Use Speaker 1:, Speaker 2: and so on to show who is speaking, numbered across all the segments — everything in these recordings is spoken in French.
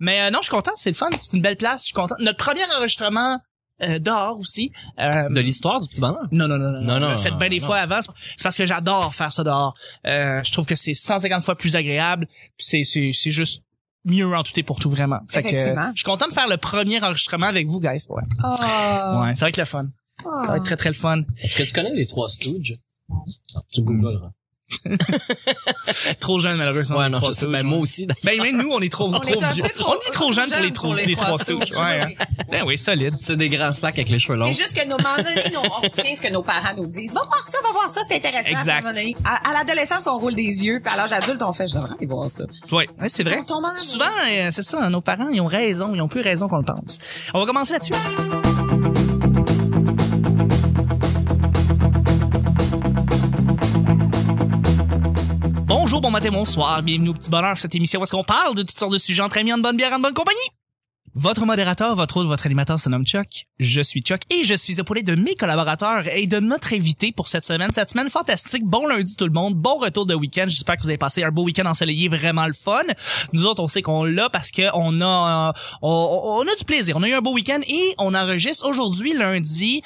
Speaker 1: Mais euh, non, je suis content, c'est le fun, c'est une belle place, je suis content. Notre premier enregistrement euh, dehors aussi. Euh,
Speaker 2: De l'histoire du petit bonheur.
Speaker 1: non, non, non, non,
Speaker 2: Non,
Speaker 1: non.
Speaker 2: non,
Speaker 1: le faites bien des
Speaker 2: non.
Speaker 1: fois avant. C'est parce que j'adore faire ça dehors. Euh, je trouve que c'est 150 fois plus agréable. puis C'est, c'est, c'est juste mieux en tout et pour tout vraiment. Fait que,
Speaker 3: Effectivement.
Speaker 1: euh, je suis content de faire le premier enregistrement avec vous, guys. Ouais.
Speaker 3: Oh.
Speaker 1: ouais. Ça va être le fun.
Speaker 3: Oh.
Speaker 1: Ça va être très très le fun.
Speaker 4: Est-ce que tu connais les trois Stooges? Non, Tu
Speaker 2: Mmh.
Speaker 4: googleras.
Speaker 1: trop jeune malheureusement. les trois
Speaker 2: je sais,
Speaker 1: Stooges,
Speaker 2: ben,
Speaker 1: ouais.
Speaker 2: moi aussi.
Speaker 1: Ben
Speaker 2: d'ailleurs.
Speaker 1: même nous on est trop
Speaker 3: On
Speaker 1: trop
Speaker 3: est un
Speaker 1: vieux.
Speaker 3: peu trop-
Speaker 1: on est trop jeune pour les trois les trois Stooges. Ouais. hein. Ben oui, solide.
Speaker 2: C'est des grands slacks avec les cheveux longs.
Speaker 3: C'est juste que nos moments donnés, nous, on retient ce que nos parents nous disent. Va voir ça, va voir ça, c'est intéressant.
Speaker 1: Exact.
Speaker 3: À un moment donné. À, à l'adolescence, on roule des yeux, puis à l'âge adulte, on fait, je devrais aller voir ça.
Speaker 1: Ouais, ouais, c'est vrai.
Speaker 3: Ton moment,
Speaker 1: Souvent, euh, c'est ça, nos parents, ils ont raison, ils ont plus raison qu'on le pense. On va commencer là-dessus. Bonjour, bon matin, bonsoir, bienvenue au Petit Bonheur, cette émission où est-ce qu'on parle de toutes sortes de sujets entre amis, en bonne bière, en bonne compagnie. Votre modérateur, votre hôte, votre animateur se nomme Chuck. Je suis Chuck et je suis épaulé de mes collaborateurs et de notre invité pour cette semaine. Cette semaine fantastique. Bon lundi tout le monde. Bon retour de week-end. J'espère que vous avez passé un beau week-end ensoleillé, vraiment le fun. Nous autres, on sait qu'on l'a parce que on a, euh, on, on a du plaisir. On a eu un beau week-end et on enregistre aujourd'hui lundi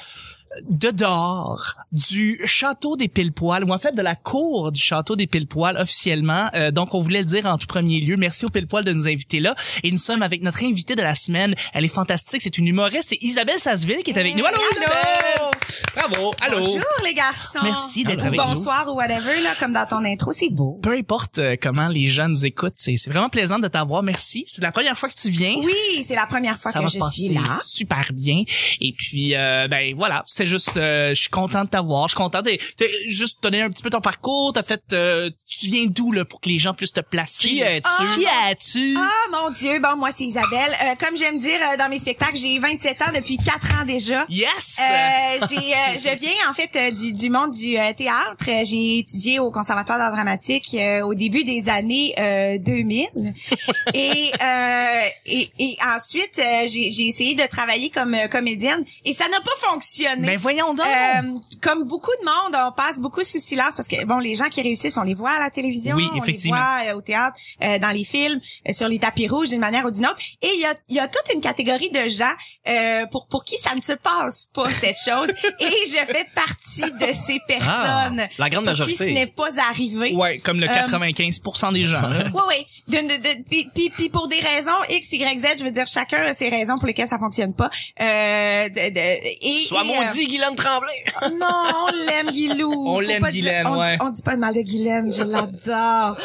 Speaker 1: de dehors du château des Pilepoils ou en fait de la cour du château des Pilepoils officiellement Euh, donc on voulait le dire en tout premier lieu merci aux Pilepoils de nous inviter là et nous sommes avec notre invitée de la semaine elle est fantastique c'est une humoriste c'est Isabelle Sasseville qui est avec nous allô Isabelle bravo allô
Speaker 3: Bonjour, les garçons.
Speaker 1: merci d'être
Speaker 2: Allô.
Speaker 1: avec nous
Speaker 3: Bonsoir ou whatever, là, comme dans ton intro, c'est beau.
Speaker 1: peu importe euh, comment les gens nous écoutent c'est c'est vraiment plaisant de t'avoir merci c'est la première fois que tu viens
Speaker 3: Oui, c'est la première fois
Speaker 1: ça
Speaker 3: que
Speaker 1: va
Speaker 3: je
Speaker 1: se passer
Speaker 3: suis là.
Speaker 1: super bien. Et puis, euh, ben voilà, c'est juste, euh, je suis content de t'avoir, je suis content. T'es, t'es- juste donner un petit peu ton parcours, t'as fait, euh, tu viens d'où là pour que les gens puissent te placer.
Speaker 2: Qui es-tu?
Speaker 1: Ah, Qui es-tu?
Speaker 3: Ah mon Dieu, bon moi c'est Isabelle. Euh, comme j'aime dire euh, dans mes spectacles, j'ai 27 ans depuis 4 ans déjà.
Speaker 1: Yes.
Speaker 3: Euh, j'ai, euh, je viens en fait euh, du, du monde du euh, théâtre. Euh, J'ai étudié au conservatoire d'art dramatique euh, au début des années euh, 2000. et, euh, et, et ensuite, euh, j'ai, j'ai essayé de travailler comme euh, comédienne et ça n'a pas fonctionné.
Speaker 1: ben voyons
Speaker 2: Oh!
Speaker 1: donc.
Speaker 3: Euh, comme beaucoup de monde, on passe beaucoup sous silence parce que bon, les gens qui réussissent, on les voit à la télévision,
Speaker 1: Oui,
Speaker 3: on les
Speaker 1: effectivement.
Speaker 3: voit euh, au théâtre, euh, dans les films, euh, sur les tapis rouges d'une manière ou d'une autre. Et il y a, il y a toute une catégorie de gens euh, pour pour qui ça ne se passe pas cette chose. Et je fais partie de ces
Speaker 2: Ah,
Speaker 3: personnes
Speaker 2: la grande
Speaker 3: pour qui ce
Speaker 2: majorité.
Speaker 3: n'est pas arrivé.
Speaker 1: ouais, comme le
Speaker 3: euh,
Speaker 1: 95% des gens. là.
Speaker 3: Oui, oui. D'une- de- de- Puis puis- puis pour des raisons X, Y, Z, je veux dire, chacun a ses raisons pour lesquelles ça fonctionne pas. Euh, de- de- et,
Speaker 2: Sois
Speaker 3: et, euh,
Speaker 2: maudit, Guylaine Tremblay.
Speaker 3: non, on l'aime Guilou.
Speaker 1: On
Speaker 3: Faut
Speaker 1: l'aime,
Speaker 3: pas dire-
Speaker 1: Guylaine,
Speaker 3: on dit-
Speaker 1: ouais.
Speaker 3: On dit pas de mal de Guylaine, je l'adore.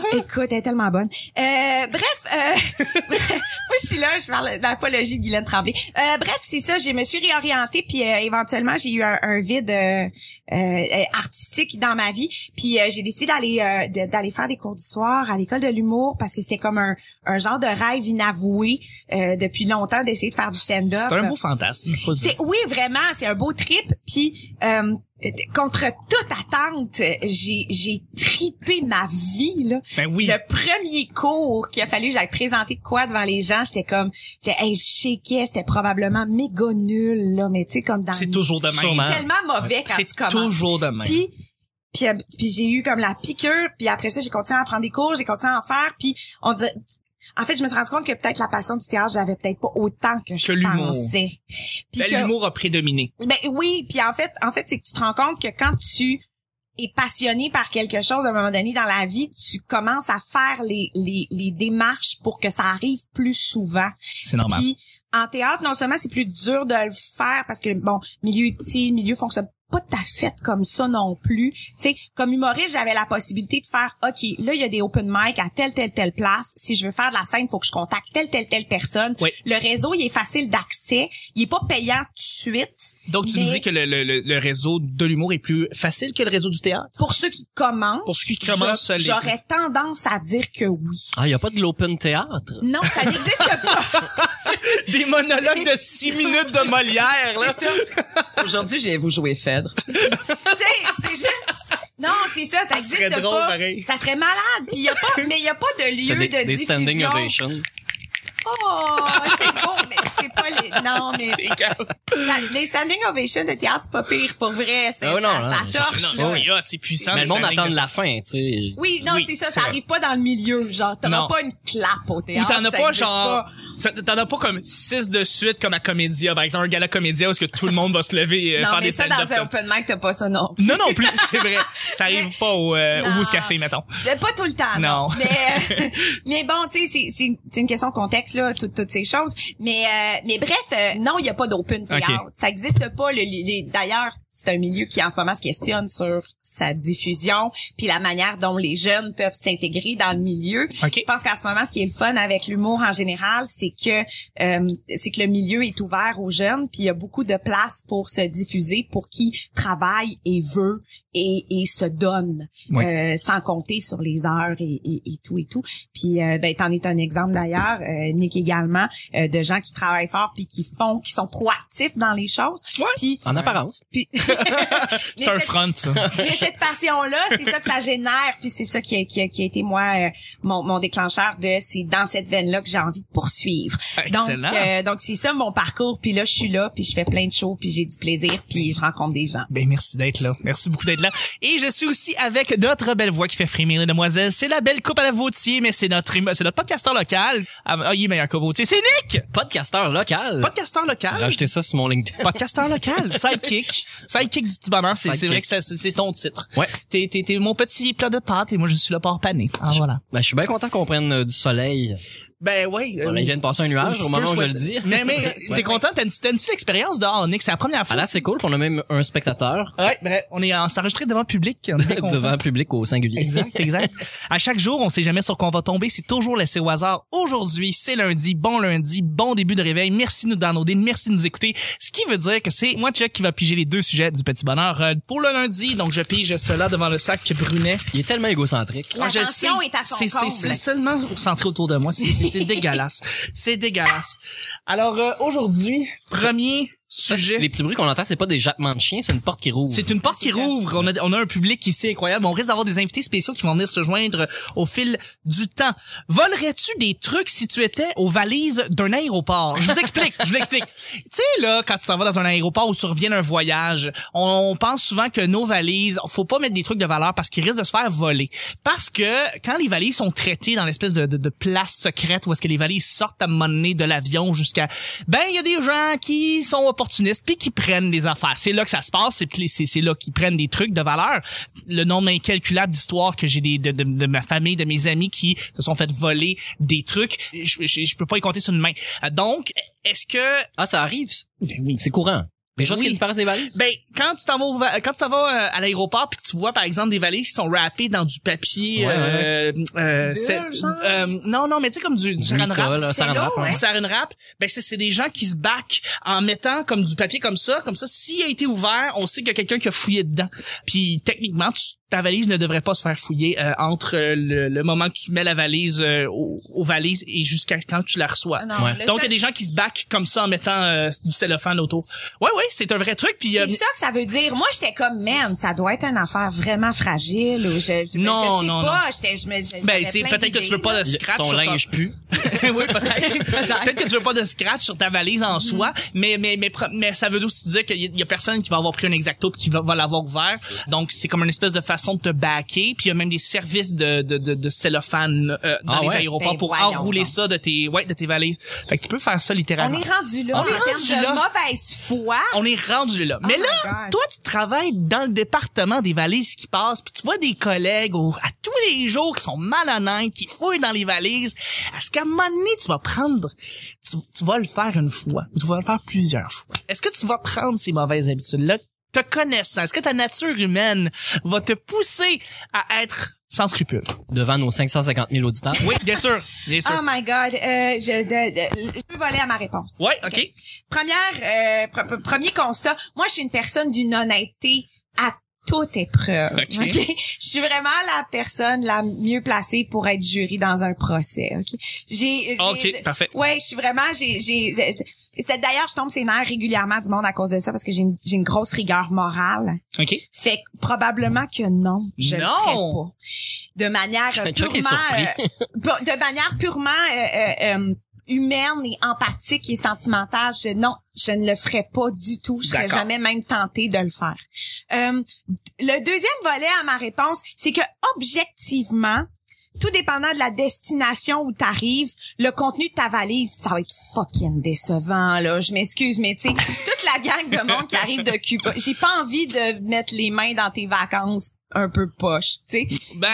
Speaker 3: Écoute, elle est tellement bonne. Euh, bref, euh, moi je suis là, je parle d'apologie de Guylaine Tremblay. Euh, bref, c'est ça, je me suis réorientée puis euh, éventuellement j'ai eu un, un vide euh, euh, euh, artistique dans ma vie, puis euh, j'ai décidé d'aller euh, de- d'aller faire des cours du soir à l'école de l'humour parce que c'était comme un, un genre de rêve inavoué euh, depuis longtemps d'essayer de faire du stand-up.
Speaker 1: c'est un beau fantasme. faut le dire.
Speaker 3: C'est oui, vraiment, c'est un beau trip. Puis euh, euh, contre toute attente, euh, j'ai j'ai tripé ma vie là.
Speaker 1: Ben oui.
Speaker 3: Le premier cours qu'il a fallu que j'aille présenter de quoi devant les gens, j'étais comme, j'étais, hey, je sais que c'était probablement méga nul là, mais tu sais comme dans
Speaker 1: C'est toujours de
Speaker 2: Sûrement.
Speaker 1: même.
Speaker 3: tellement mauvais quand
Speaker 1: C'est
Speaker 3: tu commences.
Speaker 1: toujours de même.
Speaker 3: Puis puis, euh, puis j'ai eu comme la piqûre, puis après ça j'ai continué à prendre des cours, j'ai continué à en faire, puis on dit en fait, je me suis rendu compte que peut-être la passion du théâtre, j'avais peut-être pas autant que je
Speaker 1: Que l'humour.
Speaker 3: pensais. Puis
Speaker 1: Ben,
Speaker 3: que-
Speaker 1: L'humour a prédominé.
Speaker 3: ben oui, puis en fait, en fait, c'est que tu te rends compte que quand tu es passionné par quelque chose à un moment donné dans la vie, tu commences à faire les, les, les démarches pour que ça arrive plus souvent.
Speaker 1: C'est normal.
Speaker 3: Puis en théâtre, non seulement c'est plus dur de le faire parce que bon, milieu est petit, milieu fonctionne pas tout à fait comme ça non plus. Tu sais, comme humoriste, j'avais la possibilité de faire OK, là il y a des open mic à telle telle telle place, si je veux faire de la scène, faut que je contacte telle telle telle personne.
Speaker 1: Oui.
Speaker 3: Le réseau, il est facile d'accès, il est pas payant tout de suite.
Speaker 1: Donc, tu nous
Speaker 3: mais-
Speaker 1: dis que le, le- le- le réseau de l'humour est plus facile que le réseau du théâtre?
Speaker 3: pour ceux qui commencent,
Speaker 1: Pour ceux qui commencent,
Speaker 3: j'a-
Speaker 1: les-
Speaker 3: j'aurais tendance à dire que oui.
Speaker 2: Ah, y a pas de l'open théâtre.
Speaker 3: Non, ça n'existe pas.
Speaker 1: Des monologues de 6 minutes de Molière, là.
Speaker 4: Aujourd'hui, je vais vous jouer Phèdre.
Speaker 3: Tu sais, c'est juste. Non, c'est ça, ça
Speaker 1: serait
Speaker 3: n'existe
Speaker 1: drôle,
Speaker 3: pas.
Speaker 1: pareil.
Speaker 3: Ça serait malade. Puis y a pas, mais il y a pas de
Speaker 2: T'as
Speaker 3: lieu
Speaker 2: des,
Speaker 3: de
Speaker 2: des standing
Speaker 3: diffusion.
Speaker 2: ovations.
Speaker 3: Oh, c'est beau, mais c'est pas les, non, mais la- les standing ovations de théâtre, c'est pas pire, pour vrai. C'est,
Speaker 2: Ah oui, non,
Speaker 3: ça,
Speaker 2: non,
Speaker 3: ça
Speaker 2: mais je-
Speaker 3: torche,
Speaker 1: Non,
Speaker 3: là.
Speaker 1: c'est hot, c'est puissant.
Speaker 2: Mais
Speaker 1: les
Speaker 2: le monde
Speaker 1: standing
Speaker 2: attend de la fin, tu sais.
Speaker 3: Oui, non,
Speaker 1: Oui,
Speaker 3: c'est ça,
Speaker 1: c'est
Speaker 3: ça
Speaker 1: vrai.
Speaker 3: arrive pas dans le milieu, genre, t'en
Speaker 1: Non.
Speaker 3: as pas une clap au
Speaker 1: Ou
Speaker 3: théâtre.
Speaker 1: t'en as
Speaker 3: ça
Speaker 1: pas
Speaker 3: existe
Speaker 1: genre,
Speaker 3: pas.
Speaker 1: ça- t'en as pas comme six de suite comme à Comédia, par exemple un gala Comédia où est-ce que tout le monde va se lever et
Speaker 3: Non,
Speaker 1: euh, faire
Speaker 3: mais
Speaker 1: des
Speaker 3: ça,
Speaker 1: stand-up.
Speaker 3: dans un open mic, t'as pas ça, non.
Speaker 1: Non, non plus, c'est vrai. Ça arrive pas au, euh, au
Speaker 3: Non.
Speaker 1: Boost Café, mettons.
Speaker 3: Mais Pas tout le temps,
Speaker 1: Non.
Speaker 3: non. Mais, euh, mais bon, tu sais, c'est- c'est c'est une question de contexte, là, tout- toutes ces choses. Mais, euh, mais bref, euh, non, il n'y a pas d'open
Speaker 1: Ok.
Speaker 3: théâtre. Ça existe pas. le- les- D'ailleurs, c'est un milieu qui, en ce moment, se questionne sur sa diffusion puis la manière dont les jeunes peuvent s'intégrer dans le milieu.
Speaker 1: OK.
Speaker 3: Je pense qu'en ce moment, ce qui est le fun avec l'humour en général, c'est que euh, c'est que le milieu est ouvert aux jeunes, puis il y a beaucoup de place pour se diffuser, pour qui travaille et veut et, et se donne,
Speaker 1: Oui.
Speaker 3: euh, sans compter sur les heures et, et- et tout et tout. Puis euh, ben t'en es un exemple d'ailleurs, euh, Nick également, euh, de gens qui travaillent fort puis qui font, qui sont proactifs dans les choses.
Speaker 1: Ouais.
Speaker 3: Puis,
Speaker 2: En apparence.
Speaker 3: puis-
Speaker 1: C'est
Speaker 3: Mais
Speaker 1: un
Speaker 3: cette-
Speaker 1: front, ça.
Speaker 3: mais cette passion-là, c'est ça que ça génère, puis c'est ça qui a, qui a- qui a été moi euh, mon, mon déclencheur de c'est dans cette veine-là que j'ai envie de poursuivre.
Speaker 1: Excellent.
Speaker 3: Donc euh, donc c'est ça mon parcours, puis là je suis là, puis je fais plein de shows, puis j'ai du plaisir, puis je rencontre des gens.
Speaker 1: Ben, merci d'être là. Merci beaucoup d'être là. Et je suis aussi avec notre belle voix qui fait frémir les demoiselles. C'est la belle coupe à la Vautier, mais c'est notre, émo- c'est notre podcasteur local. Ah, ah, il est meilleur que Vautier. C'est Nick!
Speaker 2: Podcasteur local.
Speaker 1: Podcasteur local.
Speaker 2: Rajoutez ça sur mon LinkedIn.
Speaker 1: Podcasteur local. Sidekick. Sidekick du petit bonheur. C'est, c'est
Speaker 2: Sidekick.
Speaker 1: vrai que ça- c'est, c'est ton titre.
Speaker 2: Ouais.
Speaker 1: T'es, t'es, t'es mon petit plat de pâte et moi, je suis le porc pané. Ah, voilà.
Speaker 2: Ben, je suis bien content qu'on prenne euh, du soleil.
Speaker 1: Ben, ouais.
Speaker 2: Voilà, il vient de passer un nuage au moment où je le dis.
Speaker 1: Mais, mais,
Speaker 2: Ouais.
Speaker 1: t'es content? T'aimes-tu, t'aimes-tu l'expérience dehors, Nick? C'est la première
Speaker 2: Ah
Speaker 1: fois.
Speaker 2: là, c'est cool. On a même un spectateur
Speaker 1: Ouais, bref, on est, en- c'est enregistré devant le public. On est bien content.
Speaker 2: devant le public au singulier.
Speaker 1: Exact, exact. À chaque jour, on sait jamais sur quoi on va tomber. C'est toujours laissé au hasard. Aujourd'hui, c'est lundi. Bon lundi. Bon début de réveil. Merci de nous downloader. Merci de nous écouter. Ce qui veut dire que c'est moi, Chuck, qui va piger les deux sujets du petit bonheur euh, pour le lundi. Donc, je pige cela devant le sac Brunet.
Speaker 2: Il est tellement égocentrique.
Speaker 3: La
Speaker 1: Ah, je
Speaker 3: tension
Speaker 1: sais.
Speaker 3: est à son
Speaker 1: C'est- c'est-
Speaker 3: comble.
Speaker 1: C'est seulement centré autour de moi. C'est- C'est c'est dégueulasse. C'est dégueulasse. Alors, euh, aujourd'hui, premier sujet.
Speaker 2: Les petits bruits qu'on entend, c'est pas des jappements de chiens, c'est une porte qui rouvre.
Speaker 1: C'est une porte qui rouvre. On a, on a un public ici incroyable. On risque d'avoir des invités spéciaux qui vont venir se joindre au fil du temps. Volerais-tu des trucs si tu étais aux valises d'un aéroport? Je vous explique, je vous l'explique. Tu sais, là, quand tu t'en vas dans un aéroport ou tu reviens d'un voyage, on, on pense souvent que nos valises, faut pas mettre des trucs de valeur parce qu'ils risquent de se faire voler. Parce que quand les valises sont traitées dans l'espèce de, de, de place secrète où est-ce que les valises sortent à un moment donné de l'avion jusqu'à, ben, il y a des gens qui sont opportunistes puis qui prennent des affaires. C'est là que ça se passe, c'est puis c'est c'est là qu'ils prennent des trucs de valeur. Le nombre incalculable d'histoires que j'ai des de, de, de ma famille, de mes amis qui se sont fait voler des trucs, je, je, je peux pas y compter sur une main. Euh, Donc, est-ce que
Speaker 2: Ah, ça arrive. C'est courant. Des
Speaker 1: Ben
Speaker 2: choses
Speaker 1: Oui.
Speaker 2: qui disparaissent des valises.
Speaker 1: ben quand tu t'en vas au va- quand tu t'en vas euh, à l'aéroport puis que tu vois par exemple des valises qui sont wrappées dans du papier
Speaker 2: Ouais,
Speaker 1: euh, euh, c'est-
Speaker 3: genre?
Speaker 1: euh, non non mais tu sais comme du du saran
Speaker 2: Nicolas,
Speaker 1: wrap
Speaker 2: là,
Speaker 3: c'est
Speaker 2: ça rendra
Speaker 3: long,
Speaker 2: pas.
Speaker 3: hein.
Speaker 1: du saran wrap ben c'est c'est des gens qui se back en mettant comme du papier comme ça comme ça s'il a été ouvert on sait qu'il y a quelqu'un qui a fouillé dedans puis techniquement tu- ta valise ne devrait pas se faire fouiller euh, entre euh, le, le moment que tu mets la valise euh, au- aux valises et jusqu'à quand tu la reçois
Speaker 3: Ah Non,
Speaker 2: Ouais.
Speaker 1: donc,
Speaker 3: le
Speaker 1: il y a
Speaker 3: seul-
Speaker 1: des gens qui se back comme ça en mettant euh, du cellophane autour. Ouais, ouais, c'est un vrai truc. Puis, euh,
Speaker 3: C'est ça que ça veut dire. Moi, j'étais comme, man, ça doit être une affaire vraiment fragile. Ou je, je,
Speaker 1: Non,
Speaker 3: je sais
Speaker 1: non,
Speaker 3: pas. J'étais, je me, je-
Speaker 1: ben,
Speaker 3: j'avais
Speaker 1: tu sais,
Speaker 3: plein
Speaker 1: peut-être que tu veux
Speaker 3: d'idées,
Speaker 1: pas
Speaker 3: là.
Speaker 1: de scratch
Speaker 2: Son
Speaker 1: sur ta-
Speaker 2: linge pue.
Speaker 1: oui, peut-être. peut-être que tu veux pas de scratch sur ta valise
Speaker 3: Mm.
Speaker 1: en soi, mais, mais, mais, pro- mais ça veut aussi dire qu'il y, a- il y a personne qui va avoir pris un exacto puis qui va, va l'avoir ouvert. Donc, c'est comme une espèce de façon de te backer. Puis, il y a même des services de, de, de, de cellophane euh, dans
Speaker 2: Ah
Speaker 1: les
Speaker 2: ouais?
Speaker 1: aéroports
Speaker 3: Ben,
Speaker 1: pour
Speaker 3: voyons
Speaker 1: enrouler
Speaker 3: donc.
Speaker 1: ça de tes, ouais, de tes valises. Fait que tu peux faire ça
Speaker 3: On
Speaker 1: littéralement.
Speaker 3: est rendu là.
Speaker 1: On
Speaker 3: en
Speaker 1: est
Speaker 3: termes
Speaker 1: rendu
Speaker 3: de
Speaker 1: là.
Speaker 3: mauvaise foi.
Speaker 1: On est rendu là. Mais
Speaker 3: Oh my
Speaker 1: là,
Speaker 3: God.
Speaker 1: toi, tu travailles dans le département des valises qui passent, puis tu vois des collègues au- à tous les jours qui sont malhonnêtes, qui fouillent dans les valises. Est-ce qu'à un moment donné, tu vas prendre, tu, tu vas le faire une fois, ou tu vas le faire plusieurs fois? Est-ce que tu vas prendre ces mauvaises habitudes-là? Te connaissant, est-ce que ta nature humaine va te pousser à être sans scrupules?
Speaker 2: Devant nos 550 000 auditeurs.
Speaker 1: Oui, bien sûr, bien sûr.
Speaker 3: Oh my God, euh, je, de- de- je peux voler à ma réponse.
Speaker 1: ouais, ok.
Speaker 3: Première, euh, pre- premier constat, moi je suis une personne d'une honnêteté à toute épreuve.
Speaker 1: Ok.
Speaker 3: ok? Je suis vraiment la personne la mieux placée pour être jury dans un procès. Ok, j'ai, j'ai-
Speaker 1: Ok, parfait.
Speaker 3: Ouais, je suis vraiment, j'ai, j'ai, c'est- d'ailleurs, je tombe ses nerfs régulièrement du monde à cause de ça parce que j'ai une, j'ai une grosse rigueur morale.
Speaker 1: Ok.
Speaker 3: Fait que probablement que non, je
Speaker 1: Non!
Speaker 3: le ferai pas. De manière euh,
Speaker 2: Chuck est
Speaker 3: purement,
Speaker 2: surpris.
Speaker 3: euh, pu- de manière purement euh, euh, euh, humaine et empathique et sentimentale, je, non, je ne le ferais pas du tout. Je serais
Speaker 1: D'accord.
Speaker 3: jamais même tentée de le faire. Euh, le deuxième volet à ma réponse, c'est que objectivement, tout dépendant de la destination où t'arrives, le contenu de ta valise, ça va être fucking décevant, là. Je m'excuse, mais tu sais, toute la gang de monde qui arrive de Cuba, j'ai pas envie de mettre les mains dans tes vacances un peu poche, tu sais.
Speaker 1: Ben,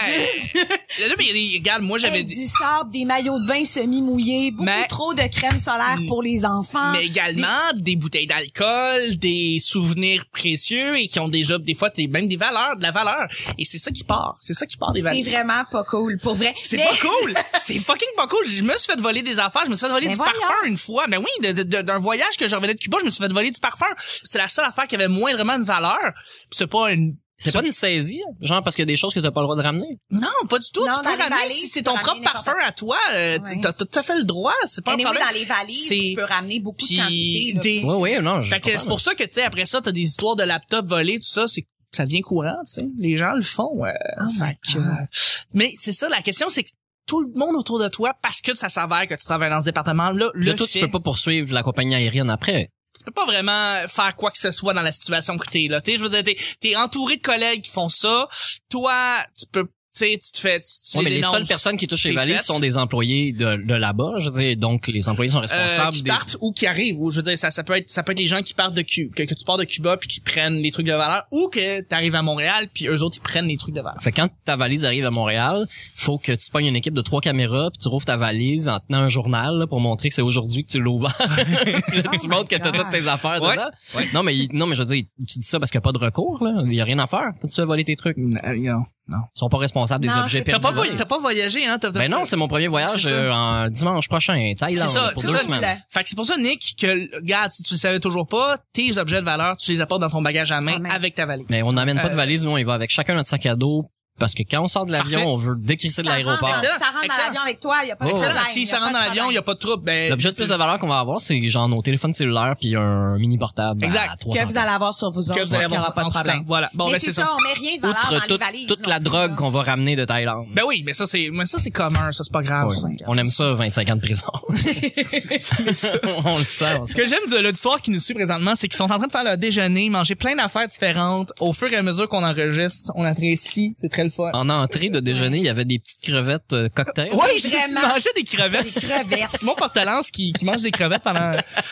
Speaker 1: là, mais il- regarde, moi, j'avais
Speaker 3: Avec
Speaker 1: dit...
Speaker 3: Du sable, des maillots de bain semi-mouillés, beaucoup
Speaker 1: Mais-
Speaker 3: trop de crème solaire pour les enfants.
Speaker 1: mais également des bouteilles d'alcool, des souvenirs précieux et qui ont déjà des fois des- même des valeurs, de la valeur. Et c'est ça qui part, c'est ça qui part des
Speaker 3: Oh, C'est
Speaker 1: valeurs.
Speaker 3: vraiment pas cool, pour vrai.
Speaker 1: C'est
Speaker 3: Mais-
Speaker 1: pas cool! C'est fucking pas cool! Je me suis fait voler des affaires, je me suis fait voler
Speaker 3: Mais
Speaker 1: du
Speaker 3: voyons.
Speaker 1: parfum une fois. Mais oui, de- de- de- d'un voyage que je revenais de Cuba, je me suis fait voler du parfum. C'est la seule affaire qui avait moins vraiment de valeur. Puis C'est pas une...
Speaker 2: C'est pas une saisie, hein? genre parce qu'il y a des choses que t'as pas le droit de ramener.
Speaker 1: Non, pas du tout.
Speaker 3: Non,
Speaker 1: tu
Speaker 3: dans
Speaker 1: peux
Speaker 3: les
Speaker 1: ramener,
Speaker 3: valises,
Speaker 1: si
Speaker 3: tu
Speaker 1: c'est
Speaker 3: peux
Speaker 1: ton propre
Speaker 3: ramener n'importe
Speaker 1: parfum à toi, euh,
Speaker 3: Ouais.
Speaker 1: t'as t'as tout à fait le droit, c'est pas un
Speaker 3: Anyway,
Speaker 1: problème.
Speaker 3: dans les valises,
Speaker 1: C'est-
Speaker 3: tu peux ramener beaucoup
Speaker 1: Puis
Speaker 3: de quantité. là.
Speaker 1: des-
Speaker 2: Oui, oui, non. je
Speaker 1: Fait que
Speaker 2: comprends,
Speaker 1: c'est pour ça que, tu sais, après ça, t'as des histoires de laptop volés, tout ça, c'est ça devient courant, tu sais. Les gens le font. euh,
Speaker 3: Oh my
Speaker 1: fait que- euh,
Speaker 3: God.
Speaker 1: mais c'est ça, la question, c'est que tout le monde autour de toi, parce que ça s'avère que tu travailles dans ce département-là, le
Speaker 2: Là, toi,
Speaker 1: fait.
Speaker 2: tu peux pas poursuivre la compagnie aérienne après.
Speaker 1: tu peux pas vraiment faire quoi que ce soit dans la situation que t'es là. Tu sais, je veux dire, t'es, t'es entouré de collègues qui font ça. Toi, tu peux, tu sais, tu te fais, tu, tu
Speaker 2: Ouais, mais les
Speaker 1: dénonces.
Speaker 2: seules personnes qui touchent les
Speaker 1: T'es
Speaker 2: valises
Speaker 1: faite.
Speaker 2: sont des employés de, de là-bas, je veux dire. Donc, les employés sont
Speaker 1: euh,
Speaker 2: responsables
Speaker 1: qui
Speaker 2: des...
Speaker 1: partent ou qui arrivent ou je veux dire ça ça peut être ça peut être les gens qui partent de Cuba que, que tu pars de Cuba puis qui prennent les trucs de valeur ou que t'arrives à Montréal puis eux autres ils prennent les trucs de valeur
Speaker 2: Fait que quand ta valise arrive à Montréal, faut que tu pognes une équipe de trois caméras puis tu rouvres ta valise en tenant un journal là, pour montrer que c'est aujourd'hui que tu l'as ouvert. tu
Speaker 1: Oh
Speaker 3: my
Speaker 2: montres que t'as
Speaker 3: God.
Speaker 2: toutes tes affaires
Speaker 1: Ouais.
Speaker 2: dedans. Non mais il- non mais je veux dire, tu dis ça parce qu'il n'y a pas de recours là, il y a rien à faire. Toi, tu as volé tes trucs. Ils
Speaker 1: non non
Speaker 2: sont pas responsables des
Speaker 3: Non,
Speaker 2: objets
Speaker 3: c'est-
Speaker 1: t'as
Speaker 2: perdus.
Speaker 1: pas
Speaker 2: là.
Speaker 1: voy- t'as pas voyagé hein t'as, t'as-
Speaker 2: Ben non, c'est mon premier voyage
Speaker 1: C'est ça.
Speaker 2: euh, en dimanche prochain, Thaïlande
Speaker 1: C'est ça,
Speaker 2: pour
Speaker 1: c'est
Speaker 2: deux
Speaker 1: ça.
Speaker 2: semaines.
Speaker 1: fait que c'est pour ça Nick que regarde si tu le savais toujours pas tes objets de valeur tu les apportes dans ton bagage à main
Speaker 3: Ah, man.
Speaker 1: avec ta valise
Speaker 2: Mais on n'amène pas
Speaker 1: Euh,
Speaker 2: de valise, nous on y va avec chacun notre sac à dos parce que quand on sort de
Speaker 1: Parfait.
Speaker 2: l'avion, on veut décrisser de
Speaker 3: Ça rentre-
Speaker 2: l'aéroport.
Speaker 1: Excellent,
Speaker 3: Ça rentre
Speaker 1: excellent.
Speaker 3: dans l'avion avec toi, il y a pas
Speaker 2: Oh.
Speaker 3: de
Speaker 1: Excellent.
Speaker 3: problème.
Speaker 1: S'il
Speaker 3: y a
Speaker 1: ça ben,
Speaker 3: pas
Speaker 1: rentre
Speaker 3: de
Speaker 1: dans l'avion, il
Speaker 3: problème.
Speaker 1: y a pas de trouble. Ben,
Speaker 2: L'objet de plus de valeur qu'on va avoir, c'est genre nos téléphones cellulaires puis un mini portable
Speaker 1: Exact.
Speaker 2: à
Speaker 1: Que
Speaker 2: 300
Speaker 3: que vous allez avoir sur vous autres.
Speaker 1: que vous allez
Speaker 3: il y aura
Speaker 1: avoir
Speaker 3: pas de
Speaker 1: en tout temps.
Speaker 3: problème.
Speaker 1: Voilà. Bon,
Speaker 3: mais
Speaker 1: ben,
Speaker 3: c'est ça, on met rien de valeur dans
Speaker 2: outre
Speaker 3: les
Speaker 2: toute,
Speaker 3: valises.
Speaker 2: toute la
Speaker 3: non.
Speaker 2: drogue qu'on va ramener de Thaïlande.
Speaker 1: Ben oui, mais ça c'est, mais ça c'est commun, ça c'est pas
Speaker 3: Ah,
Speaker 1: grave.
Speaker 2: Ouais.
Speaker 1: ça.
Speaker 2: on aime ça, 25 ans de prison. on le sait. on le
Speaker 1: Ce
Speaker 2: sait.
Speaker 1: que j'aime de l'auditoire qui nous suit présentement, c'est qu'ils sont en train de faire leur déjeuner, manger plein d'affaires différentes. Au fur et à mesure qu'on enregistre, on apprécie, c'est très le fun.
Speaker 2: En entrée de déjeuner, il y avait des petites crevettes euh, cocktail.
Speaker 1: Ouais, j'ai
Speaker 3: Vraiment.
Speaker 1: mangé des crevettes.
Speaker 3: Des crevettes.
Speaker 1: Simon Portelance qui, qui mange des crevettes pendant...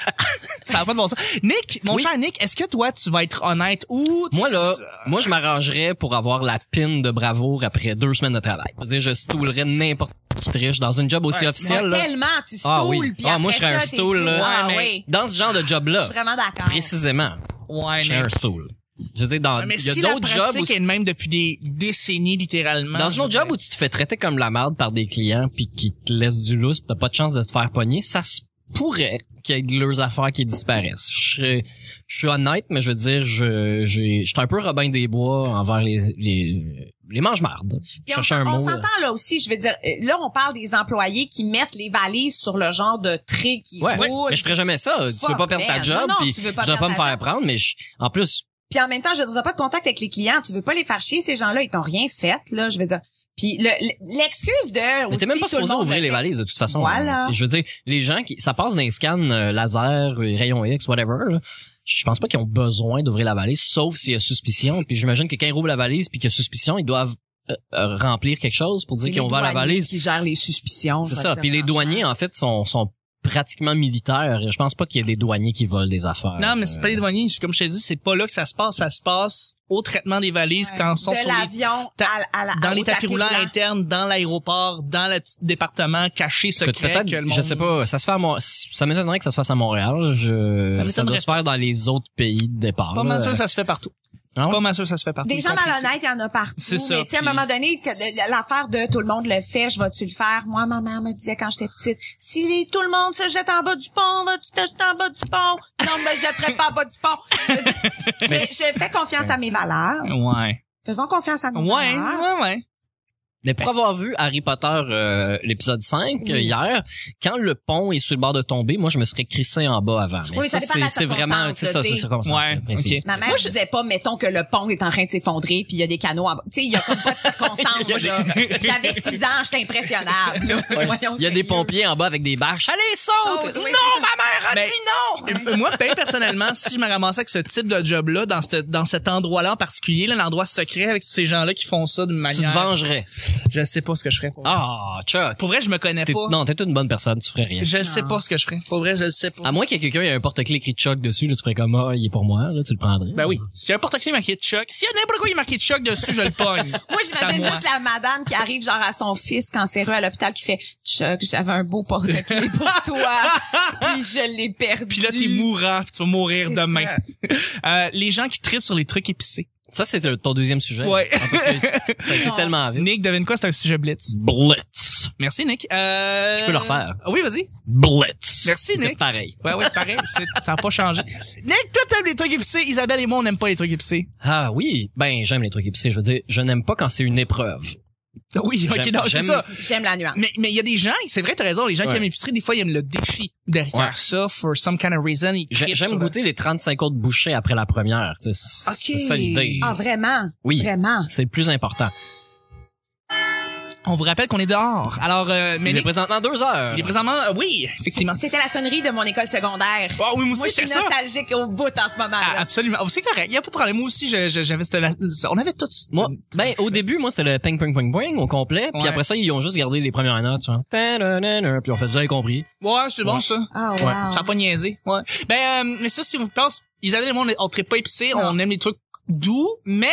Speaker 1: ça n'a pas de bon sens. Nick, mon
Speaker 2: Oui.
Speaker 1: cher Nick, est-ce que toi, tu vas être honnête ou... tu-
Speaker 2: Moi là, moi je m'arrangerais pour avoir la pine de bravoure après deux semaines de travail. C'est-à-dire, je stoulerais n'importe qui triche dans une job aussi
Speaker 1: Ouais.
Speaker 2: officielle. là.
Speaker 3: Tellement, tu stoules,
Speaker 2: Ah oui.
Speaker 3: puis
Speaker 2: Ah,
Speaker 3: après
Speaker 2: moi, je serais un
Speaker 3: ça, t'es
Speaker 2: stool,
Speaker 3: juste-
Speaker 2: là.
Speaker 3: Ah
Speaker 1: Ouais, mais-
Speaker 3: oui,
Speaker 2: Dans ce genre de job
Speaker 3: je
Speaker 2: là,
Speaker 3: suis vraiment d'accord.
Speaker 2: précisément,
Speaker 1: Ouais,
Speaker 2: je serais
Speaker 1: Nick.
Speaker 2: un stool. Je veux dire, dans
Speaker 1: Mais
Speaker 2: il y a
Speaker 1: si la
Speaker 2: d'autres jobs
Speaker 1: pratique
Speaker 2: aussi-
Speaker 1: est de même depuis des décennies, littéralement...
Speaker 2: Dans un
Speaker 1: je
Speaker 2: autre job
Speaker 1: dirais-
Speaker 2: où tu te fais traiter comme la merde par des clients puis qui te laissent du lousse, pis t'as pas de chance de te faire pogner, ça se pourrait qu'il y ait de leurs affaires qui disparaissent. Je, serais- je suis honnête, mais je veux dire, je, j'ai, je suis un peu Robin des Bois envers les, les, les mange-mardes. Je
Speaker 3: Puis on
Speaker 2: cherchais un
Speaker 3: on
Speaker 2: mot. là.
Speaker 3: s'entend là aussi, je veux dire, euh, là on parle des employés qui mettent les valises sur le genre de trait qui
Speaker 2: Ouais,
Speaker 3: roule.
Speaker 2: mais je ferais jamais ça. Tu veux
Speaker 3: Fuck,
Speaker 2: pas perdre ta
Speaker 3: man.
Speaker 2: job,
Speaker 3: Non, non,
Speaker 2: puis
Speaker 3: tu veux pas
Speaker 2: je dois pas me
Speaker 3: perdre ta
Speaker 2: faire prendre, mais je- en plus,
Speaker 3: Puis en même temps, je veux dire, t'as pas de contact avec les clients, tu veux pas les faire chier, ces gens-là, ils t'ont rien fait, là, je veux dire. Puis le- l'excuse de...
Speaker 2: mais t'es
Speaker 3: aussi,
Speaker 2: même pas
Speaker 3: tout le
Speaker 2: supposé
Speaker 3: monde
Speaker 2: ouvrir
Speaker 3: le
Speaker 2: les
Speaker 3: fait.
Speaker 2: valises de toute façon.
Speaker 3: Voilà.
Speaker 2: Puis Je veux dire, les gens qui, ça passe dans les scans euh, laser, euh, rayons X, whatever. là. Je pense pas qu'ils ont besoin d'ouvrir la valise, sauf s'il y a suspicion. Puis j'imagine que quand ils ouvrent la valise puis qu'il y a suspicion, ils doivent euh, euh, remplir quelque chose pour
Speaker 3: C'est
Speaker 2: dire qu'ils
Speaker 3: les
Speaker 2: ont ouvert la
Speaker 3: douaniers
Speaker 2: valise.
Speaker 3: qui gèrent les suspicions.
Speaker 2: C'est
Speaker 3: je vais
Speaker 2: ça.
Speaker 3: dire,
Speaker 2: Puis les
Speaker 3: franchement.
Speaker 2: douaniers,
Speaker 1: hein.
Speaker 2: en fait, sont, sont pratiquement militaires. Je pense pas qu'il y ait des douaniers qui volent des affaires.
Speaker 1: Non, mais c'est pas les
Speaker 2: Euh,
Speaker 1: douaniers. C'est Comme je te dis, c'est pas là que ça se passe. Ça se passe au traitement des valises
Speaker 3: Ouais.
Speaker 1: quand ils sont
Speaker 3: de
Speaker 1: sur les
Speaker 3: l'avion
Speaker 1: ta-
Speaker 3: à, à la-
Speaker 1: dans
Speaker 3: au
Speaker 1: les tapis roulants
Speaker 3: roulant.
Speaker 1: internes, dans l'aéroport, dans le petit département caché
Speaker 2: écoute,
Speaker 1: secret.
Speaker 2: Peut-être,
Speaker 1: que le
Speaker 2: je
Speaker 1: monde-
Speaker 2: sais pas, ça se fait à Mon- ça m'étonnerait que ça se fasse à Montréal,
Speaker 1: Ça
Speaker 2: je,
Speaker 1: m'étonnerait
Speaker 2: ça doit se faire dans les autres pays de départ.
Speaker 1: Pas mal
Speaker 2: là.
Speaker 1: sûr que ça se fait partout.
Speaker 2: Ah ouais?
Speaker 1: Pas mal sûr que ça se fait partout.
Speaker 3: Des
Speaker 1: y
Speaker 3: gens
Speaker 1: compris ici.
Speaker 3: malhonnêtes, il y en a partout.
Speaker 1: C'est ça,
Speaker 3: Mais tu sais, à un
Speaker 1: puis-
Speaker 3: moment donné, que de- l'affaire de tout le monde le fait, je vais-tu le faire? Moi, ma mère me disait quand j'étais petite, si les- tout le monde se jette en bas du pont, vas-tu te jeter en bas du pont? Non, je me jetterai pas en bas du pont. Je, je- je fais confiance à mes valeurs.
Speaker 1: Ouais.
Speaker 3: Faisons confiance à mes
Speaker 1: Ouais,
Speaker 3: valeurs.
Speaker 1: ouais, ouais.
Speaker 2: Mais pour avoir vu Harry Potter euh, l'épisode 5 euh,
Speaker 3: Oui.
Speaker 2: hier, quand le pont est sur le bord de tomber, moi je me serais crissé en bas avant. Mais
Speaker 3: Oui,
Speaker 2: ça,
Speaker 3: ça dépend de
Speaker 2: c'est
Speaker 3: la
Speaker 2: c'est vraiment
Speaker 3: circonstance,
Speaker 2: c'est ça,
Speaker 3: là,
Speaker 2: c'est
Speaker 3: t'sais.
Speaker 2: circonstance.
Speaker 1: Ouais,
Speaker 2: là, précise.
Speaker 1: ok.
Speaker 3: Ma mère je disais pas, mettons que le pont est en train de s'effondrer puis il y a des canots en bas. Tu sais, il y a comme pas de circonstances, là. J'avais six ans, j'étais impressionnable, là. Soyons
Speaker 2: Il y a des
Speaker 3: sérieux.
Speaker 2: pompiers en bas avec des bâches. Allez, saute!
Speaker 3: Saute, oui,
Speaker 2: non,
Speaker 3: c'est ça.
Speaker 2: ma mère a
Speaker 1: Mais-
Speaker 2: dit non!
Speaker 1: Euh, Moi, ben, personnellement, si je me ramassais avec ce type de job-là, dans, cette- dans cet endroit-là en particulier, là, l'endroit secret avec tous ces gens-là qui font ça d'une
Speaker 2: Tu te
Speaker 1: manière...
Speaker 2: vengerais.
Speaker 1: Je sais pas ce que je ferais. Pour, vrai.
Speaker 2: Ah, Chuck.
Speaker 1: Pour vrai, je me connais
Speaker 2: T'es-
Speaker 1: pas.
Speaker 2: non, t'es une bonne personne, tu ferais rien.
Speaker 1: Je sais
Speaker 3: Non.
Speaker 1: pas ce que je ferais. Pour vrai, je le sais pas.
Speaker 2: À moins qu'il y ait quelqu'un, il y a un porte-clés écrit Chuck dessus, là, tu ferais comme, ah, il est pour moi, là, tu le prendrais.
Speaker 1: Ben oui. S'il y a un porte-clés marqué Chuck, s'il y a n'importe quoi qui est marqué Chuck dessus, je le pogne.
Speaker 3: Moi, j'imagine
Speaker 1: C'est à
Speaker 3: juste la madame qui arrive genre à son fils cancéreux à l'hôpital qui fait « Chuck, j'avais un beau porte-clés pour toi, puis je l'ai perdu. »
Speaker 1: Puis là, t'es mourant, puis tu vas mourir
Speaker 3: C'est
Speaker 1: demain.
Speaker 3: ça.
Speaker 1: Euh, les gens qui tripent sur les trucs épicés.
Speaker 2: Ça, c'est euh, ton deuxième sujet.
Speaker 1: Ouais.
Speaker 2: En plus, c'est- ça a été
Speaker 3: Non.
Speaker 2: tellement vite.
Speaker 1: Nick, devine quoi, c'est un sujet blitz.
Speaker 2: Blitz.
Speaker 1: Merci, Nick. Euh...
Speaker 2: Je peux le refaire.
Speaker 1: Ah Oui, vas-y.
Speaker 2: Blitz.
Speaker 1: Merci,
Speaker 2: C'est
Speaker 1: Nick.
Speaker 2: pareil.
Speaker 1: Ouais, ouais, c'est pareil. C'est- Ça n'a pas changé. Nick, toi, t'aimes les trucs épicés. Isabelle et moi, on n'aime pas les trucs épicés.
Speaker 2: Ah oui, ben j'aime les trucs épicés. Je veux dire, je n'aime pas quand c'est une épreuve.
Speaker 1: Ah Oui, ok,
Speaker 2: J'aime-
Speaker 1: non, c'est
Speaker 2: j'aime-
Speaker 1: ça.
Speaker 3: J'aime la nuance.
Speaker 1: Mais mais il y a des gens, c'est vrai, t'as raison, les gens qui
Speaker 2: Ouais.
Speaker 1: aiment l'épicerie, des fois, ils aiment le défi derrière
Speaker 2: Ouais.
Speaker 1: ça, for some kind of reason. ils
Speaker 2: J'ai-
Speaker 1: tripent
Speaker 2: J'aime
Speaker 1: sur le-
Speaker 2: goûter les 35 autres bouchées après la première. tu sais, C'est
Speaker 1: Ok.
Speaker 2: c'est ça l'idée.
Speaker 3: Ah, vraiment?
Speaker 2: Oui.
Speaker 3: Vraiment?
Speaker 2: C'est le plus important.
Speaker 1: On vous rappelle qu'on est dehors. Alors, euh, mais
Speaker 2: Mais il est
Speaker 1: Nick,
Speaker 2: présentement deux heures.
Speaker 1: il est présentement, euh, oui, effectivement.
Speaker 3: C'était la sonnerie de mon école secondaire.
Speaker 1: Ah oui, moi
Speaker 3: Moi,
Speaker 1: aussi,
Speaker 3: je
Speaker 1: c'était
Speaker 3: suis
Speaker 1: ça.
Speaker 3: nostalgique au bout en ce moment.
Speaker 1: Ah, absolument. Oh, c'est correct. Il y a pas de problème. Moi aussi, je- je- j'avais cette, la- on avait tous.
Speaker 2: Moi, ben au début, moi c'était le ping ping ping ping au complet, puis
Speaker 1: Ouais.
Speaker 2: après ça ils ont juste gardé les premières notes, hein. genre. Ta-da-da-da, Puis on fait déjà compris.
Speaker 1: Ouais, c'est bon,
Speaker 2: Ouais.
Speaker 1: ça.
Speaker 3: Ah,
Speaker 2: Ouais.
Speaker 1: Ça a pas niaisé. Ouais. Ben, euh, mais ça, si vous pensez, Isabelle et moi, on est- on traite pas épicé, on aime les trucs doux, mais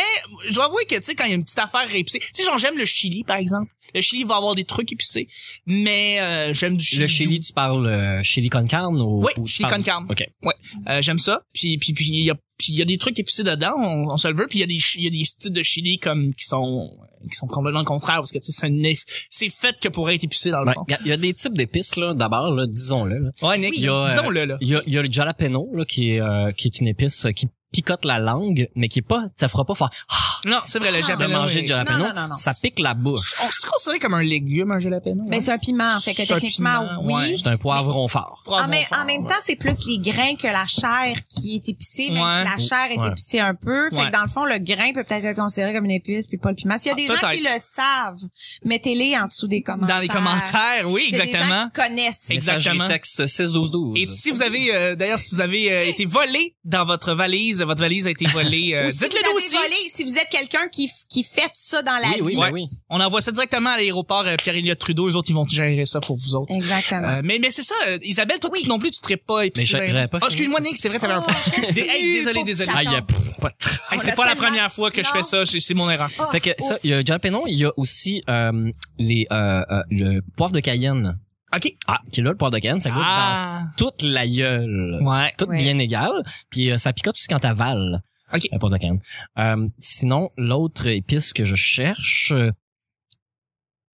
Speaker 1: je dois avouer que, tu sais, quand il y a une petite affaire épicée, tu sais, genre, j'aime le chili, par exemple. Le chili va avoir des trucs épicés, mais euh, j'aime du chili.
Speaker 2: Le chili, tu parles euh, chili con carne ou
Speaker 1: Oui,
Speaker 2: ou tu
Speaker 1: chili
Speaker 2: parles-
Speaker 1: con carne.
Speaker 2: Ok.
Speaker 1: doux. Euh, j'aime ça. Puis, puis, puis, il y a, puis il y a des trucs épicés dedans, on, on se le veut. Puis il y a des, chi- il y a des styles de chili comme qui sont, qui sont complètement contraires parce que tu sais, c'est un eff- c'est fait que pour être épicé dans le
Speaker 2: Ouais.
Speaker 1: fond.
Speaker 2: Ben, Il y a- il y, a des types d'épices là, d'abord là, disons-le. là.
Speaker 1: Ouais, Nick,
Speaker 2: Oui. Il y a, euh,
Speaker 1: disons-le là.
Speaker 2: Il y a, il y a le jalapeno là, qui est euh, qui est une épice euh, qui picote la langue, mais qui est pas, ça fera pas faire. Ah,
Speaker 1: Non, c'est vrai, le
Speaker 3: Ah,
Speaker 2: de
Speaker 1: jalapeno.
Speaker 2: manger
Speaker 1: est-
Speaker 2: du jalapeno,
Speaker 3: Non, non, non, non.
Speaker 2: ça pique la bouche.
Speaker 1: On se considère comme un légume, un jalapeno.
Speaker 3: Mais
Speaker 1: hein?
Speaker 3: Ben, c'est un piment, fait que
Speaker 1: C'est un
Speaker 3: techniquement,
Speaker 1: piment,
Speaker 3: oui.
Speaker 1: ouais.
Speaker 2: C'est un poivron fort.
Speaker 1: Pour avoir
Speaker 3: en, même-
Speaker 1: fort,
Speaker 3: ah, en même
Speaker 1: ouais.
Speaker 3: temps, c'est plus les grains que la chair qui est épicée, même
Speaker 1: Ouais.
Speaker 3: si la chair est
Speaker 2: Ouais.
Speaker 3: épicée un peu. Fait
Speaker 1: Ouais.
Speaker 3: que dans le fond, le grain peut peut-être être considéré comme une épice puis pas le piment. S'il y a
Speaker 1: Ah,
Speaker 3: des gens qui
Speaker 1: peut-être.
Speaker 3: le savent, mettez-les en dessous des commentaires.
Speaker 1: dans les commentaires, oui,
Speaker 3: S'il y a
Speaker 1: exactement.
Speaker 3: Des gens qui connaissent.
Speaker 1: Exact. Exactement.
Speaker 2: Messagerie texte 6 12 12.
Speaker 1: Et si vous avez, euh, d'ailleurs, si vous avez euh, été volé dans votre valise, votre valise a été volée, euh,
Speaker 3: Ou si
Speaker 1: dites-le
Speaker 3: vous
Speaker 1: nous
Speaker 3: avez
Speaker 1: aussi.
Speaker 3: volé, si vous êtes quelqu'un qui, f- qui fait ça dans la
Speaker 2: oui, oui, ben
Speaker 3: vie.
Speaker 1: Ouais.
Speaker 2: oui, oui.
Speaker 1: On envoie ça directement à l'aéroport euh, Pierre-Éliott Trudeau. Les autres, ils vont gérer ça pour vous autres.
Speaker 3: Exactement.
Speaker 1: Euh, mais mais c'est ça, euh, Isabelle, toi
Speaker 3: Oui.
Speaker 1: tu- non plus, tu ne pas épicé.
Speaker 2: Mais j'a-
Speaker 1: ben-
Speaker 2: j'avais pas
Speaker 1: Ah,
Speaker 2: fini,
Speaker 1: excuse-moi,
Speaker 2: ça,
Speaker 1: Nick, c'est vrai, t'avais un
Speaker 3: Oh,
Speaker 1: Excuse-
Speaker 3: continue,
Speaker 1: Hey, désolé,
Speaker 3: pauvre
Speaker 1: désolé.
Speaker 3: chat.
Speaker 2: Ah, il y a pff, pas de-
Speaker 1: Hey,
Speaker 3: On
Speaker 1: c'est
Speaker 3: l'a
Speaker 1: pas la
Speaker 3: tellement-
Speaker 1: première fois que je
Speaker 3: Non.
Speaker 1: fais ça, c'est c'est mon erreur.
Speaker 3: Oh,
Speaker 2: Fait que ça,
Speaker 3: ouf.
Speaker 2: il y a le jalapeno, il y a aussi euh, les euh, euh, le poivre de Cayenne.
Speaker 1: OK.
Speaker 2: Ah, qui est là le poivre de Cayenne, ça goûte
Speaker 1: Ah.
Speaker 2: dans toute la gueule.
Speaker 1: Ouais.
Speaker 2: Tout
Speaker 3: Ouais.
Speaker 2: bien égal, puis euh, ça picote aussi quand t'avales.
Speaker 1: Ok.
Speaker 2: Le poivre de Cayenne. Euh, sinon, l'autre épice que je cherche, euh,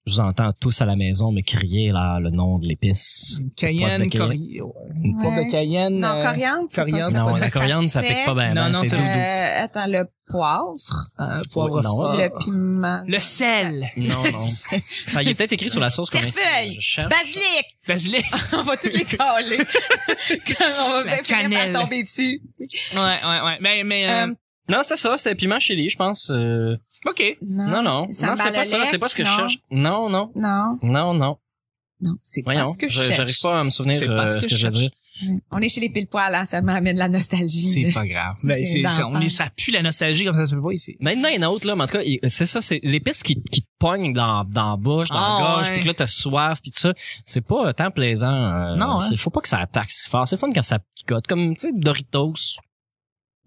Speaker 2: je vous entends tous à la maison me crier là le nom de l'épice.
Speaker 1: Cayenne,
Speaker 2: Poivre de Cayenne.
Speaker 1: cori- une poivre
Speaker 3: Ouais.
Speaker 1: de Cayenne.
Speaker 3: Non,
Speaker 1: euh,
Speaker 3: coriandre. c'est pas
Speaker 1: coriandre,
Speaker 3: ça.
Speaker 1: c'est pas
Speaker 2: Non,
Speaker 1: ça
Speaker 2: la
Speaker 1: que
Speaker 2: coriandre, ça,
Speaker 3: fait.
Speaker 2: pique pas bien.
Speaker 1: Non,
Speaker 2: ben,
Speaker 1: non,
Speaker 2: c'est
Speaker 1: c'est
Speaker 2: doux.
Speaker 3: Euh, attends, le poivre,
Speaker 1: euh, poivre
Speaker 2: Oui, non.
Speaker 1: fort.
Speaker 3: le piment.
Speaker 1: Le sel.
Speaker 2: Non, non. Enfin, il est peut-être écrit sur la sauce comme un-
Speaker 3: Cerfeuil.
Speaker 2: Je cherche.
Speaker 3: Basilic!
Speaker 1: Basilic.
Speaker 3: on va toutes les coller. on
Speaker 1: La
Speaker 3: va bien finir
Speaker 1: cannelle. Euh,
Speaker 3: par tomber dessus.
Speaker 1: Ouais, ouais, ouais. Mais, mais, euh,
Speaker 3: Euh,
Speaker 2: Non, c'est ça, c'est piment chili, je pense. euh,
Speaker 1: OK.
Speaker 2: Non, non.
Speaker 3: Ah, Ça
Speaker 2: Non,
Speaker 3: me
Speaker 2: c'est pas ça,
Speaker 3: balolec,
Speaker 2: c'est pas ce que je
Speaker 3: non.
Speaker 2: cherche. Non, non.
Speaker 3: Non,
Speaker 2: Non, non.
Speaker 3: non, c'est pas
Speaker 2: Voyons.
Speaker 3: ce que je
Speaker 2: je- J'arrive
Speaker 3: cherche.
Speaker 2: pas à me souvenir
Speaker 1: C'est pas
Speaker 2: euh, ce que je veux dire.
Speaker 3: On est chez les pile poils, hein, ça me ramène la nostalgie.
Speaker 1: C'est pas grave. Ben,
Speaker 3: Ok,
Speaker 1: c'est, c'est- on,
Speaker 3: d'enfant.
Speaker 1: mais ça pue la nostalgie comme ça se peut pas ici.
Speaker 2: Maintenant, il y en a autre, là, mais en tout cas, il- c'est ça, c'est l'épice qui, qui te pogne dans, dans la bouche, dans
Speaker 1: Ah,
Speaker 2: la gorge,
Speaker 1: ouais.
Speaker 2: puis que là, t'as soif, puis tout ça. C'est pas tant plaisant. euh,
Speaker 1: Non, hein.
Speaker 2: c'est- Faut pas que ça attaque si fort. C'est fun quand ça picote. Comme, tu sais, Doritos.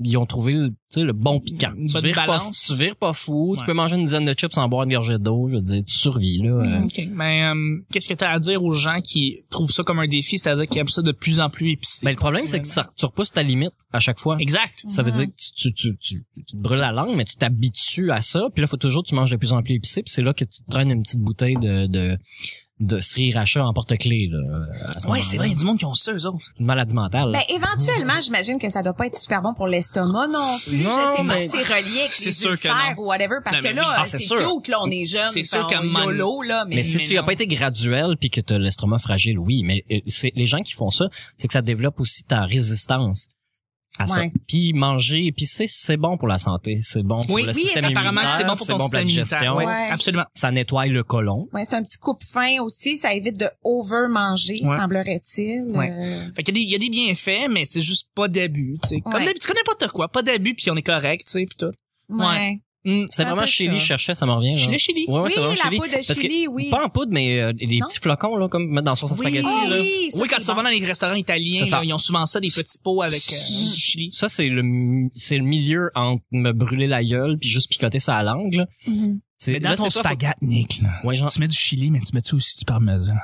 Speaker 2: Ils ont trouvé le, tu sais, le bon piquant.
Speaker 1: Une
Speaker 2: tu,
Speaker 1: bonne
Speaker 2: vires pas,
Speaker 1: balance.
Speaker 2: tu vires pas fou.
Speaker 1: Ouais.
Speaker 2: Tu peux manger une dizaine de chips sans boire une gorgée d'eau. Je veux dire, tu survis, là. euh.
Speaker 1: OK. Mais euh, qu'est-ce que t'as à dire aux gens qui trouvent ça comme un défi, c'est-à-dire qu'ils aiment ça de plus en plus épicé?
Speaker 2: Ben, le problème, c'est que ça- tu repousses ta limite à chaque fois.
Speaker 1: Exact.
Speaker 2: Ça veut
Speaker 3: Mhm.
Speaker 2: dire que tu, tu, tu, tu, tu te brûles la langue, mais tu t'habitues à ça. Puis là, faut toujours que tu manges de plus en plus épicé. Puis c'est là que tu te traînes une petite bouteille de, de, de sriracha en porte-clés, là. à ce
Speaker 1: Ouais, c'est vrai,
Speaker 2: moment-là.
Speaker 1: il y a du monde qui ont ça, eux autres.
Speaker 2: Une maladie mentale. là.
Speaker 3: Ben, éventuellement, j'imagine que ça doit pas être super bon pour l'estomac non plus.
Speaker 1: Non,
Speaker 3: je sais pas
Speaker 1: mais-
Speaker 3: si c'est relié avec
Speaker 1: C'est
Speaker 3: les
Speaker 1: sûr que
Speaker 3: ulcères
Speaker 1: non.
Speaker 3: ou whatever, parce
Speaker 1: Non,
Speaker 3: que
Speaker 1: mais
Speaker 3: là,
Speaker 1: oui. Ah,
Speaker 3: c'est
Speaker 1: c'est sûr.
Speaker 3: cute, là, on est jeune,
Speaker 1: C'est sûr
Speaker 3: on
Speaker 1: qu'à un moment-
Speaker 3: YOLO, là, mais...
Speaker 2: mais si
Speaker 1: mais
Speaker 2: tu n'as
Speaker 1: non.
Speaker 2: pas été graduel puis que tu as l'estomac fragile, oui, mais euh, c'est les gens qui font ça, c'est que ça développe aussi ta résistance à ça.
Speaker 3: Ouais.
Speaker 2: Puis manger épicé, c'est bon pour la santé, c'est bon pour
Speaker 1: Oui,
Speaker 2: le
Speaker 1: oui,
Speaker 2: système
Speaker 1: apparemment que
Speaker 2: immunitaire,
Speaker 1: c'est bon pour ton
Speaker 2: la
Speaker 1: système immunitaire.
Speaker 2: digestion,
Speaker 1: Ouais,
Speaker 3: Ouais.
Speaker 1: absolument.
Speaker 2: ça nettoie le côlon.
Speaker 3: Ouais, c'est un petit coupe fin aussi, ça évite de over-manger,
Speaker 1: Ouais.
Speaker 3: semblerait-il.
Speaker 1: Ouais.
Speaker 3: Euh,
Speaker 1: Fait qu'il y a des- il y a des bienfaits, mais c'est juste pas d'abus, tu sais. Comme
Speaker 3: Ouais.
Speaker 1: d'habitude, tu connais pas de quoi, pas d'abus, puis on est correct, tu sais, puis tout.
Speaker 3: ouais.
Speaker 1: Ouais. Mm.
Speaker 2: C'est
Speaker 3: Un
Speaker 2: vraiment
Speaker 3: peu
Speaker 2: chili,
Speaker 3: ça.
Speaker 2: je cherchais, ça me revient. genre.
Speaker 1: Chili, chili.
Speaker 2: Ouais, ouais,
Speaker 3: Oui,
Speaker 2: c'est vraiment
Speaker 3: la
Speaker 2: chili.
Speaker 3: poudre de
Speaker 2: Parce que-
Speaker 3: chili, oui.
Speaker 2: Pas en poudre, mais euh, les
Speaker 3: Non?
Speaker 2: petits flocons, là, comme mettre dans la sauce à
Speaker 1: Oui.
Speaker 2: spaghetti,
Speaker 1: Oh,
Speaker 2: là.
Speaker 3: oui, ça,
Speaker 1: oui, quand
Speaker 3: c'est
Speaker 1: tu vas
Speaker 3: bon.
Speaker 1: dans les restaurants italiens,
Speaker 2: C'est ça.
Speaker 1: là, ils ont souvent ça, des petits pots avec euh,
Speaker 2: Mm.
Speaker 1: du chili.
Speaker 2: Ça, c'est le, mi- c'est le milieu entre me brûler la gueule puis juste picoter sa langue, là.
Speaker 3: Mhm.
Speaker 2: C'est-
Speaker 1: Mais dans
Speaker 2: là,
Speaker 1: ton Ah.
Speaker 2: c'est toi, faut-
Speaker 1: spaghette, Nick, là,
Speaker 2: Ouais, genre,
Speaker 1: tu mets du chili, mais tu mets aussi du parmesan.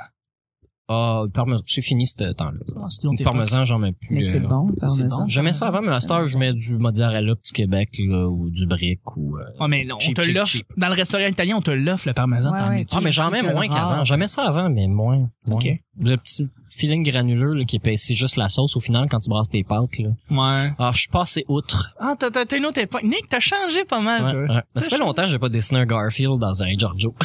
Speaker 2: ah, parmesan, c'est fini ce temps-là.
Speaker 1: Ah, c'est long, t'es
Speaker 2: parmesan, j'en mets plus.
Speaker 5: Mais c'est
Speaker 2: euh,
Speaker 5: bon,
Speaker 1: c'est
Speaker 5: parmesan.
Speaker 1: bon.
Speaker 2: J'aimais ça avant, mais à cette heure, je mets du mozzarella petit Québec, là, ou du brick, ou, euh,
Speaker 1: pas- Ah, mais non, on
Speaker 2: Cheap,
Speaker 1: te
Speaker 2: cheap,
Speaker 1: l'offre.
Speaker 2: cheap.
Speaker 1: Dans le restaurant italien, on te l'offre le parmesan.
Speaker 5: Ouais,
Speaker 1: t'en
Speaker 5: ouais.
Speaker 1: mets-tu?
Speaker 2: Ah, mais j'en mets
Speaker 5: Plus
Speaker 2: moins
Speaker 5: que
Speaker 2: qu'avant.
Speaker 5: rare.
Speaker 2: J'aimais ça avant, mais moins. moins.
Speaker 1: Ok.
Speaker 2: Le petit feeling granuleux, là, qui épaissit juste la sauce au final quand tu brasses tes pâtes, là.
Speaker 1: Ouais.
Speaker 2: Alors, je suis passé outre.
Speaker 1: Ah, t'as- t'as t'as une autre époque. Nick, t'as changé pas mal,
Speaker 2: Ouais,
Speaker 1: toi.
Speaker 2: ouais. Ça fait longtemps que j'ai pas dessiné un Garfield dans un Giorgio.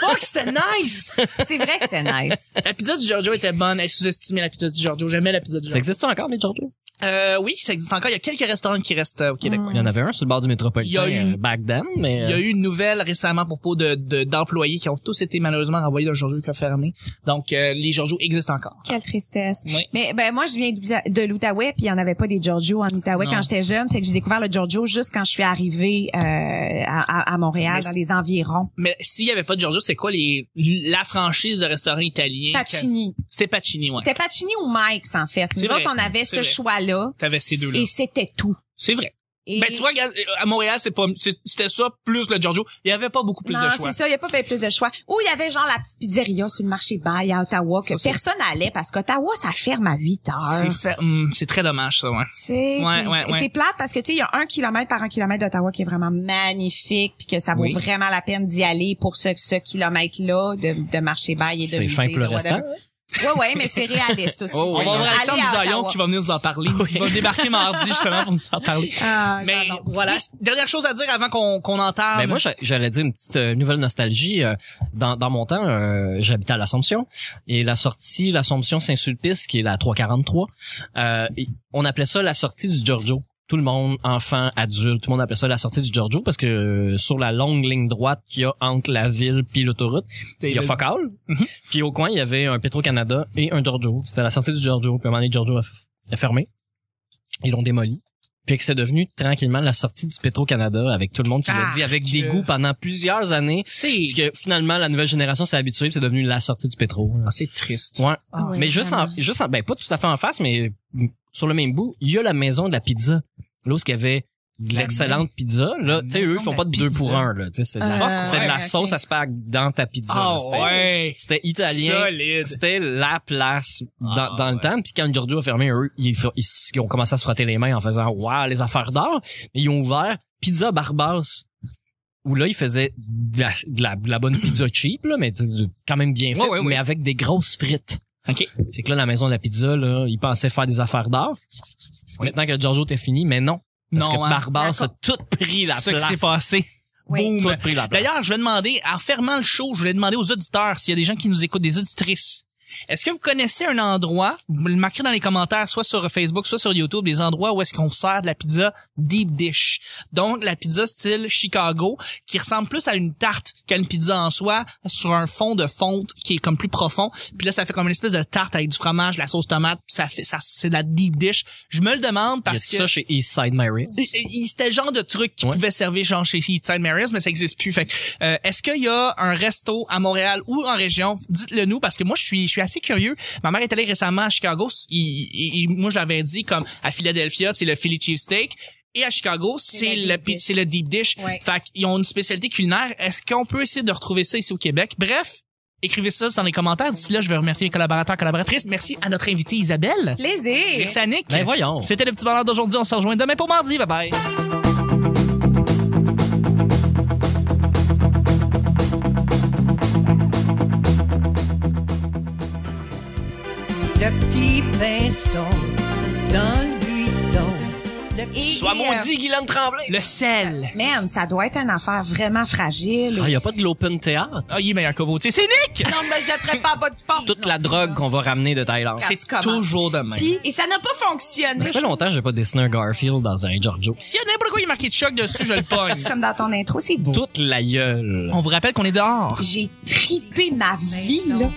Speaker 1: Fuck, c'était nice!
Speaker 3: C'est vrai que c'est nice.
Speaker 1: la pizza du Giorgio était bonne. Elle sous-estimait la pizza du Giorgio. J'aimais la pizza du
Speaker 2: Ça
Speaker 1: Giorgio.
Speaker 2: existe encore, les Giorgio?
Speaker 1: Euh, oui, ça existe encore. Il y a quelques restaurants qui restent euh, au Québec.
Speaker 3: Mm.
Speaker 2: Il y en avait un sur le bord du métropolitain
Speaker 1: Il y a eu-
Speaker 2: euh, back then, mais
Speaker 1: Il y a
Speaker 2: euh,
Speaker 1: eu une nouvelle récemment à propos de, de- d'employés qui ont tous été malheureusement renvoyés d'un Giorgio qui a fermé. Donc, euh, les Giorgio existent encore.
Speaker 3: Quelle tristesse.
Speaker 1: Oui.
Speaker 3: Mais ben moi je viens de l'Outa- de l'Outaouais puis il y en avait pas des Giorgio en Outaouais
Speaker 1: Non.
Speaker 3: quand j'étais jeune, fait que j'ai découvert le Giorgio juste quand je suis arrivée euh, à, à- à Montréal
Speaker 1: Mais
Speaker 3: dans les environs.
Speaker 1: Mais s'il y avait pas de Giorgio, c'est quoi les la franchise de restaurants italiens?
Speaker 3: Pacini.
Speaker 1: C'est Pacini, ouais.
Speaker 3: C'était Pacini ou Mike's en fait. Nous
Speaker 1: C'est vrai.
Speaker 3: autres on avait ce
Speaker 1: C'est vrai.
Speaker 3: choix-là
Speaker 1: T'avais ces deux-là.
Speaker 3: et c'était tout.
Speaker 1: C'est vrai.
Speaker 3: Et
Speaker 1: Ben, tu vois, regarde, à Montréal, c'est pas, c'est- c'était ça, plus le Giorgio. Il y avait pas beaucoup plus
Speaker 3: non,
Speaker 1: de choix.
Speaker 3: c'est ça, il n'y a pas bien plus de choix. Ou il y avait genre la petite pizzeria sur le marché bail à Ottawa que
Speaker 1: Ça, c'est-
Speaker 3: personne n'allait parce qu'Ottawa, ça ferme à 8
Speaker 1: C'est
Speaker 3: heures.
Speaker 1: fait- hum, c'est très dommage, ça, ouais.
Speaker 3: C'est
Speaker 1: Ouais,
Speaker 3: puis
Speaker 1: ouais,
Speaker 3: c'est-
Speaker 1: ouais.
Speaker 3: c'est plate parce que tu sais il y a un kilomètre par un kilomètre d'Ottawa qui est vraiment magnifique puis que ça vaut
Speaker 1: Oui.
Speaker 3: vraiment la peine d'y aller pour ce, ce kilomètre là de, de marcher bail et de
Speaker 2: c'est
Speaker 3: muser,
Speaker 2: fin pour le
Speaker 3: là,
Speaker 2: restant.
Speaker 3: whatever. Ouais ouais mais c'est réaliste aussi.
Speaker 2: Oh,
Speaker 1: On va
Speaker 2: ouais, non.
Speaker 1: avoir Alexandre Bisaillon qui
Speaker 3: va.
Speaker 1: va venir nous en parler. Il va débarquer mardi, justement, pour nous en parler.
Speaker 3: Ah,
Speaker 1: Mais
Speaker 3: j'adore.
Speaker 1: voilà. Dernière chose à dire avant qu'on qu'on entame.
Speaker 2: Ben moi, j'a- j'allais dire une petite euh, nouvelle nostalgie. euh, Dans, dans mon temps, euh, j'habitais à l'Assomption et la sortie, l'Assomption Saint-Sulpice, qui est la 343, euh, et on appelait ça la sortie du Giorgio. Tout le monde, enfants, adultes, tout le monde appelait ça la sortie du Giorgio parce que euh, sur la longue ligne droite qu'il y a entre la ville puis l'autoroute, il y a Focal. Mhm. Puis au coin, il y avait un Petro-Canada et un Giorgio. C'était la sortie du Giorgio. Puis à un moment donné, Giorgio a, f- a fermé. Ils l'ont démoli. Puis que c'est devenu tranquillement la sortie du Petro-Canada avec tout le monde qui l'a
Speaker 1: Ah,
Speaker 2: dit avec des
Speaker 1: que-
Speaker 2: goûts pendant plusieurs années.
Speaker 1: c'est
Speaker 2: Puis que finalement, la nouvelle génération s'est habituée puis c'est devenu la sortie du Petro.
Speaker 1: Ah, c'est triste.
Speaker 2: Ouais.
Speaker 3: Ah ouais,
Speaker 2: mais juste en, juste en, ben pas tout à fait en face, mais sur le même bout, il y a la maison de la pizza. Là où il y avait de
Speaker 1: La
Speaker 2: l'excellente pizza, là,
Speaker 1: la
Speaker 2: tu sais, eux,
Speaker 1: maison
Speaker 2: ils font
Speaker 1: de
Speaker 2: pas
Speaker 1: la
Speaker 2: de deux pour
Speaker 1: pizza.
Speaker 2: un, là, tu sais, c'est de la,
Speaker 3: Euh,
Speaker 2: c'est de la
Speaker 3: ouais,
Speaker 2: sauce
Speaker 3: ok.
Speaker 2: à spag dans ta pizza. là. C'était-
Speaker 1: Ah, ouais.
Speaker 2: c'était Ah italien.
Speaker 1: Solide.
Speaker 2: C'était la place dans,
Speaker 1: Ah,
Speaker 2: dans le
Speaker 1: ouais.
Speaker 2: temps. Puis quand Giorgio a fermé, eux, ils, fo- ils, s- ils ont commencé à se frotter les mains en faisant « Wow, les affaires d'art! » Mais ils ont ouvert Pizza Barbasse, où là, ils faisaient de la, de la, de la bonne pizza cheap, là, mais de- de- quand même bien faite,
Speaker 1: Ouais, ouais, ouais.
Speaker 2: mais avec des grosses frites.
Speaker 1: OK.
Speaker 2: Fait que là, la maison de la pizza, là, ils pensaient faire des affaires d'art. Maintenant que Giorgio était fini, mais non. Parce
Speaker 1: Non,
Speaker 2: que
Speaker 1: hein.
Speaker 2: Barbasse a tout pris la
Speaker 1: Ce qui
Speaker 2: place.
Speaker 1: s'est passé.
Speaker 3: Oui.
Speaker 2: Tout
Speaker 1: Boum.
Speaker 2: pris la place.
Speaker 1: D'ailleurs, je vais demander, en fermant le show, je vais demander aux auditeurs s'il y a des gens qui nous écoutent, des auditrices. Est-ce que vous connaissez un endroit, vous me le marquez dans les commentaires, soit sur Facebook, soit sur YouTube, des endroits où est-ce qu'on sert de la pizza deep dish. Donc, la pizza style Chicago, qui ressemble plus à une tarte qu'à une pizza en soi, sur un fond de fonte qui est comme plus profond. Puis là, ça fait comme une espèce de tarte avec du fromage, de la sauce tomate, puis ça fait, ça, c'est de la deep dish. Je me le demande
Speaker 2: Il y a
Speaker 1: parce que...
Speaker 2: ça chez Eastside Mary.
Speaker 1: Et- et- et C'était le genre de truc qui
Speaker 2: Ouais.
Speaker 1: pouvait servir genre chez Eastside Marys, mais ça existe plus. Fait que, euh, est-ce qu'il y a un resto à Montréal ou en région Dites-le nous parce que moi je suis je suis assez curieux. Ma mère est allée récemment à Chicago. c- il- il- il- moi je l'avais dit comme à Philadelphia c'est le Philly cheesesteak et à Chicago c'est le
Speaker 3: la deep
Speaker 1: pi-
Speaker 3: dish.
Speaker 1: c'est le deep dish.
Speaker 3: Ouais.
Speaker 1: Fait qu'ils ont une spécialité culinaire. Est-ce qu'on peut essayer de retrouver ça ici au Québec Bref. Écrivez ça dans les commentaires. D'ici là, je vais remercier mes collaborateurs, collaboratrices. Merci à notre invitée Isabelle.
Speaker 3: Plaisir.
Speaker 1: Merci à Nick.
Speaker 2: Ben voyons.
Speaker 1: Hein? C'était le petit bonheur d'aujourd'hui. On se rejoint demain pour mardi. Bye bye.
Speaker 5: le petit pinson dans le buisson. Le
Speaker 3: Et-
Speaker 2: Sois
Speaker 3: et, euh,
Speaker 2: maudit, Guylaine Tremblay!
Speaker 1: Le sel.
Speaker 3: Man, ça doit être une affaire vraiment fragile.
Speaker 2: Ah, y a pas de l'open théâtre.
Speaker 1: Ah, il est meilleur que Vautier. C'est Nick!
Speaker 3: Non, mais je ne traite pas à bas du port.
Speaker 2: Toute la drogue qu'on va ramener de Thaïlande.
Speaker 3: Quand
Speaker 1: C'est
Speaker 3: tu commences.
Speaker 1: toujours de même.
Speaker 3: Puis, et ça n'a pas
Speaker 2: Mais
Speaker 3: fonctionné.
Speaker 2: Ça fait longtemps que j'ai pas dessiné un Garfield dans un Giorgio.
Speaker 1: S'il y en a n'importe quoi, il est marqué Chuck dessus, je le pogne.
Speaker 3: Comme dans ton intro, c'est beau.
Speaker 2: Toute la gueule.
Speaker 1: On vous rappelle qu'on est dehors.
Speaker 3: J'ai tripé ma vie, là.